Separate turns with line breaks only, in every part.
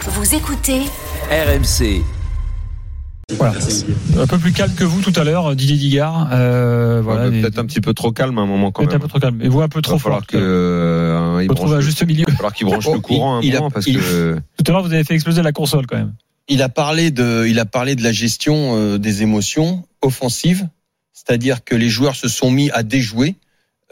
Vous écoutez
RMC.
Voilà. Un peu plus calme que vous tout à l'heure, Didier Digard. Euh, voilà,
Ouais,
des-
Peut-être un petit peu trop calme à un moment quand
peut-être
même.
un peu trop calme. Et vous un peu trop
Il va falloir
fort.
que, euh, un- il
Faut trouver un
branche,
juste milieu.
il va falloir qu'il branche
Bon,
le courant à un
il- il a-
moment parce
il-
que
Tout à l'heure, vous avez fait exploser la console quand même.
Il a parlé de, il a parlé de la gestion euh, des émotions offensives, c'est-à-dire que les joueurs se sont mis à déjouer,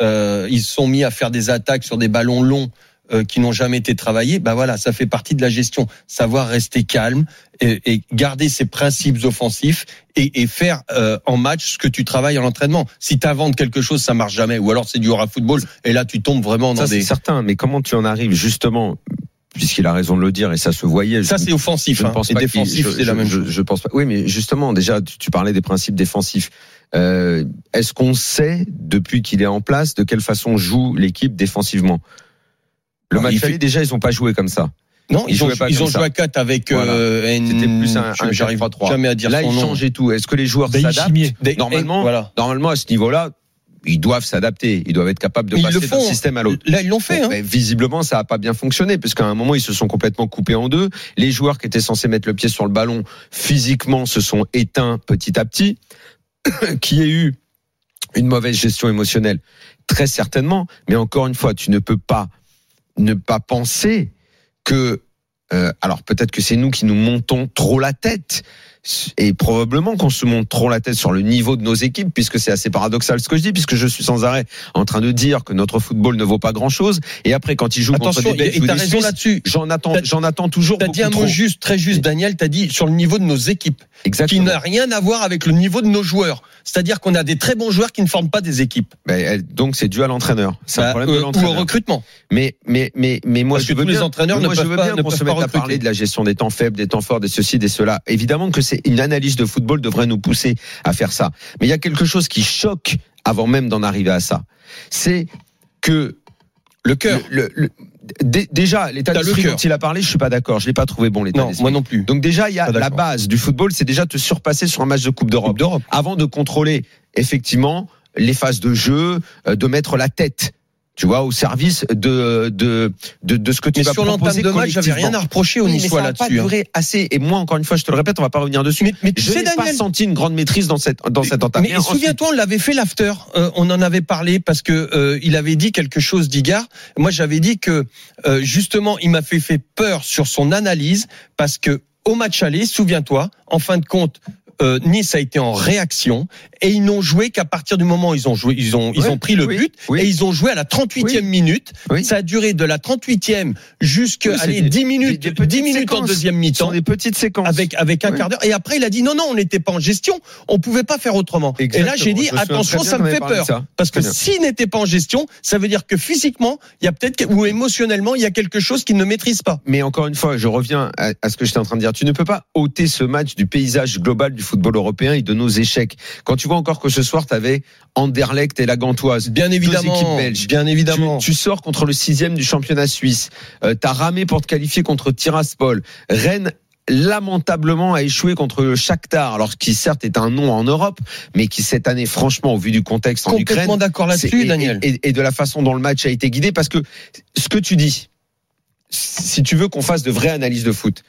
euh, ils se sont mis à faire des attaques sur des ballons longs euh, qui n'ont jamais été travaillés. Bah voilà, ça fait partie de la gestion, savoir rester calme et, et garder ses principes offensifs et, et faire euh, en match ce que tu travailles en entraînement. Si tu inventes quelque chose, ça marche jamais, ou alors c'est du hors à football et là tu tombes vraiment dans
ça c'est
des.
certain. Mais comment tu en arrives justement, puisqu'il a raison de le dire et ça se voyait.
Ça
je-
c'est offensif,
je ne
hein.
pense
et
pas qu'il-
défensif
je-
c'est la
je-
même
je-
chose.
Je pense pas. Oui, mais justement, déjà, tu, tu parlais des principes défensifs. Euh, Est-ce qu'on sait depuis qu'il est en place de quelle façon joue l'équipe défensivement Le
Bah,
match
il fait-
aller, déjà, ils ont pas joué comme ça.
Non,
Ils
ils, ont,
jouaient pas
ils
comme
ont
ça.
joué à 4 avec
Voilà.
euh, N-
C'était plus un-
je-
un
J'arrive
4-3-3.
jamais à dire
Là,
son
ils
nom.
changent et tout. Est-ce que les joueurs
Daï
s'adaptent
Chimier.
Des-
Normalement,
et- voilà.
normalement, à ce niveau-là, ils doivent s'adapter. Ils doivent être capables de
Mais ils
passer
le
d'un
font.
système à l'autre.
Là, ils l'ont fait.
Bon,
hein.
ben, visiblement, ça n'a pas bien fonctionné, puisqu'à un moment, ils se sont complètement coupés en deux. Les joueurs qui étaient censés mettre le pied sur le ballon, physiquement, se sont éteints petit à petit. qui ait eu une mauvaise gestion émotionnelle, très certainement. Mais encore une fois, tu ne peux pas ne pas penser que. euh, alors peut-être que c'est nous qui nous montons trop la tête. Et probablement qu'on se monte trop la tête sur le niveau de nos équipes, puisque c'est assez paradoxal ce que je dis, puisque je suis sans arrêt en train de dire que notre football ne vaut pas grand-chose. Et après, quand il joue contre
Attention,
des Belges
et
ou
t'as
des
raison
Suisses,
là-dessus.
j'en attends,
T'as-
j'en attends toujours
T'as
beaucoup
dit un mot
trop.
juste, très juste, Daniel. T'as dit sur le niveau de nos équipes, qui
Exactement.
n'a rien à voir avec le niveau de nos joueurs. C'est-à-dire qu'on a des très bons joueurs qui ne forment pas des équipes.
Ben, elle- donc c'est dû à l'entraîneur. C'est un
Bah,
problème
euh,
de
ou au
l'entraîneur.
recrutement.
Mais, mais, mais, mais moi,
Parce
je
que
veux
tous les
bien-
entraîneurs ne
moi, je
peuvent
veux
pas-
bien
ne
qu'on
peuvent
se
pas
mette à
recruter.
parler de la gestion des temps faibles, des temps forts, de ceci, des cela. Évidemment que c'est une analyse de football devrait nous pousser à faire ça. Mais il y a quelque chose qui choque avant même d'en arriver à ça. C'est que
Le cœur.
le- le- le- dé- déjà l'état
T'as le
d'esprit
cœur.
dont il a parlé, je suis pas d'accord. Je l'ai pas trouvé bon l'état
Non,
d'esprit.
moi non plus.
Donc déjà, il y a
Pas
la
d'accord.
base du football, c'est déjà te surpasser sur un match de Coupe d'Europe
Coupe d'Europe.
avant de contrôler effectivement les phases de jeu, euh, de mettre la tête, tu vois, au service de de de, de ce que tu
Mais
vas
sur l'entame
proposer
de match, j'avais rien à reprocher aux
Oui, mais
Niçois
ça n'a pas
là-dessus. hein.
duré assez. Et moi, encore une fois, je te le répète, on va pas revenir dessus.
Mais, mais tu
je
sais,
n'ai pas
Daniel,
senti une grande maîtrise dans cette dans cette entame. Et
Mais
ensuite-
souviens-toi, on l'avait fait l'after. Euh, on en avait parlé parce que euh, il avait dit quelque chose d'Igard. Moi, j'avais dit que euh, justement, il m'a fait, fait peur sur son analyse parce que au match aller, souviens-toi, en fin de compte. euh, nice a été en réaction et ils n'ont joué qu'à partir du moment où ils ont joué, ils ont ils
Ouais,
ont pris le
oui,
but
oui.
et ils ont joué à la 38e
Oui.
minute.
Oui.
Ça a duré de la 38e jusqu'à
Oui, c'est
allez,
des-
10 minutes,
des- des petites
10 minutes en
séquences.
deuxième
Ce sont
mi-temps
des petites séquences.
avec avec un
Oui.
quart d'heure. Et après, il a dit non, non, on n'était pas en gestion, on pouvait pas faire autrement.
Exactement.
Et là, j'ai dit
Je me souviens
attention,
très bien
ça me
qu'on
fait
avait parlé de
peur.
ça.
Parce que
Très bien.
s'il n'était pas en gestion, ça veut dire que physiquement, il y a peut-être que- ou émotionnellement, il y a quelque chose qu'il ne maîtrise pas.
mais encore une fois, je reviens à, à ce que j'étais en train de dire. Tu ne peux pas ôter ce match du paysage global du football européen et de nos échecs. Quand tu vois encore que ce soir, tu avais Anderlecht et la Gantoise.
Bien
équipes
évidemment,
belges.
bien évidemment.
Tu, tu sors contre le sixième du championnat suisse. Euh, T'as ramé pour te qualifier contre Tiraspol. Rennes lamentablement a échoué contre le Shakhtar, alors qui certes est un nom en Europe, mais qui cette année, franchement, au vu du contexte en Ukraine,
Complètement d'accord
c'est-
là-dessus,
et-
Daniel.
Et, et de la façon dont le match a été guidé, parce que ce que tu dis, si tu veux qu'on fasse de vraies analyses de foot,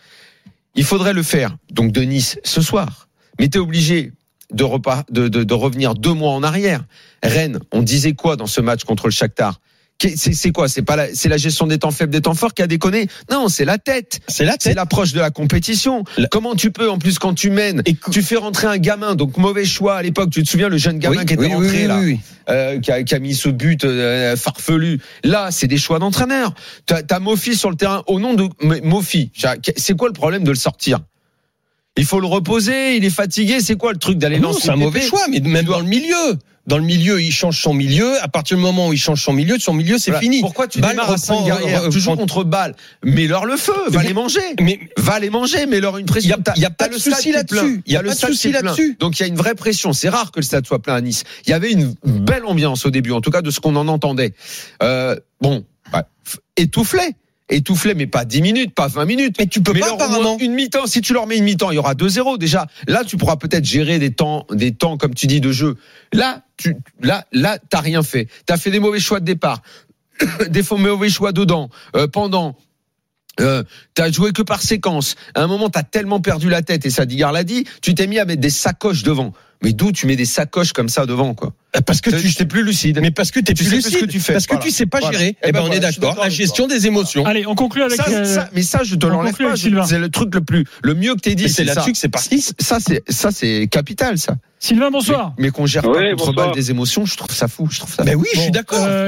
il faudrait le faire, donc de Nice, ce soir. Mais tu es obligé de, repas, de, de- de revenir deux mois en arrière. Rennes, on disait quoi dans ce match contre le Shakhtar Qu'est- c'est c'est quoi C'est pas la, c'est la gestion des temps faibles, des temps forts qui a déconné Non, c'est la tête,
C'est là,
c'est l'approche de la compétition.
La-
Comment tu peux, en plus, quand tu mènes,
Et cou-
tu fais rentrer un gamin, donc mauvais choix à l'époque. Tu te souviens le jeune gamin
Oui,
qui était
oui, oui,
rentré
oui,
là,
oui, oui.
euh, qui, a, qui a mis ce but euh, farfelu. Là, c'est des choix d'entraîneur. T'as as Mofi sur le terrain au nom de M- Mofi. C'est quoi le problème de le sortir Il faut le reposer. Il est fatigué. C'est quoi le truc d'aller
Non,
lancer
c'est un
le
mauvais
TP?
choix, mais même dans le milieu. Dans le milieu, il change son milieu. À partir du moment où il change son milieu, son milieu, c'est
Voilà.
fini.
Pourquoi tu
Ball
démarres à
reprend-
5
reprend-
Tu joues contre balle. Mets-leur le feu. Va
Mais-
les manger.
Mais
Va les manger. Mets-leur une
Il y
pression.
a-
T'as-
il y a pas
t'as
de
le stade
souci
qui est
là-dessus.
plein.
Il y a
T'as le
pas de
stade
souci
qui est plein.
là-dessus.
Donc il y a une vraie pression. C'est rare que le stade soit plein à Nice. Il y avait une belle ambiance au début, en tout cas de ce qu'on en entendait. Euh, bon, bah, f- étoufflé. Étoufflé, mais pas 10 minutes, pas 20 minutes.
Mais tu peux pas,
leur au moins
apparemment.
Une mi-temps, si tu leur mets une mi-temps, il y aura 2-0 déjà. Là, tu pourras peut-être gérer des temps, des temps, comme tu dis, de jeu. Là, tu, là, là, t'as rien fait. T'as fait des mauvais choix de départ, des faux- mauvais choix dedans, euh, pendant. Euh, t'as joué que par séquence. À un moment, t'as tellement perdu la tête, et ça, Digard l'a dit, tu t'es mis à mettre des sacoches devant. Mais d'où tu mets des sacoches comme ça devant, quoi
Parce que tu,
T'es plus lucide.
mais parce que t'es
Tu
plus
sais plus
lucide,
ce que tu fais.
parce que
Voilà.
tu sais pas
Voilà.
gérer.
Eh
Eh
ben
ben, on
voilà,
est
je suis
d'accord.
d'accord
La
avec Ah,
gestion des émotions.
Allez, on conclut avec.
Ça,
euh,
ça- mais ça, je te
on
l'enlève
conclut
pas.
avec Sylvain.
je- C'est le truc le plus, le mieux que t'aies dit.
Et c'est
ça.
là-dessus que c'est parti.
Ça, c'est ça, c'est capital, ça.
Sylvain, bonsoir.
Mais, mais qu'on gère
Ouais,
pas contre
bonsoir.
balle des émotions, je trouve ça fou. Je trouve ça.
Mais Ah, ben oui, je
Bon,
suis d'accord.
euh,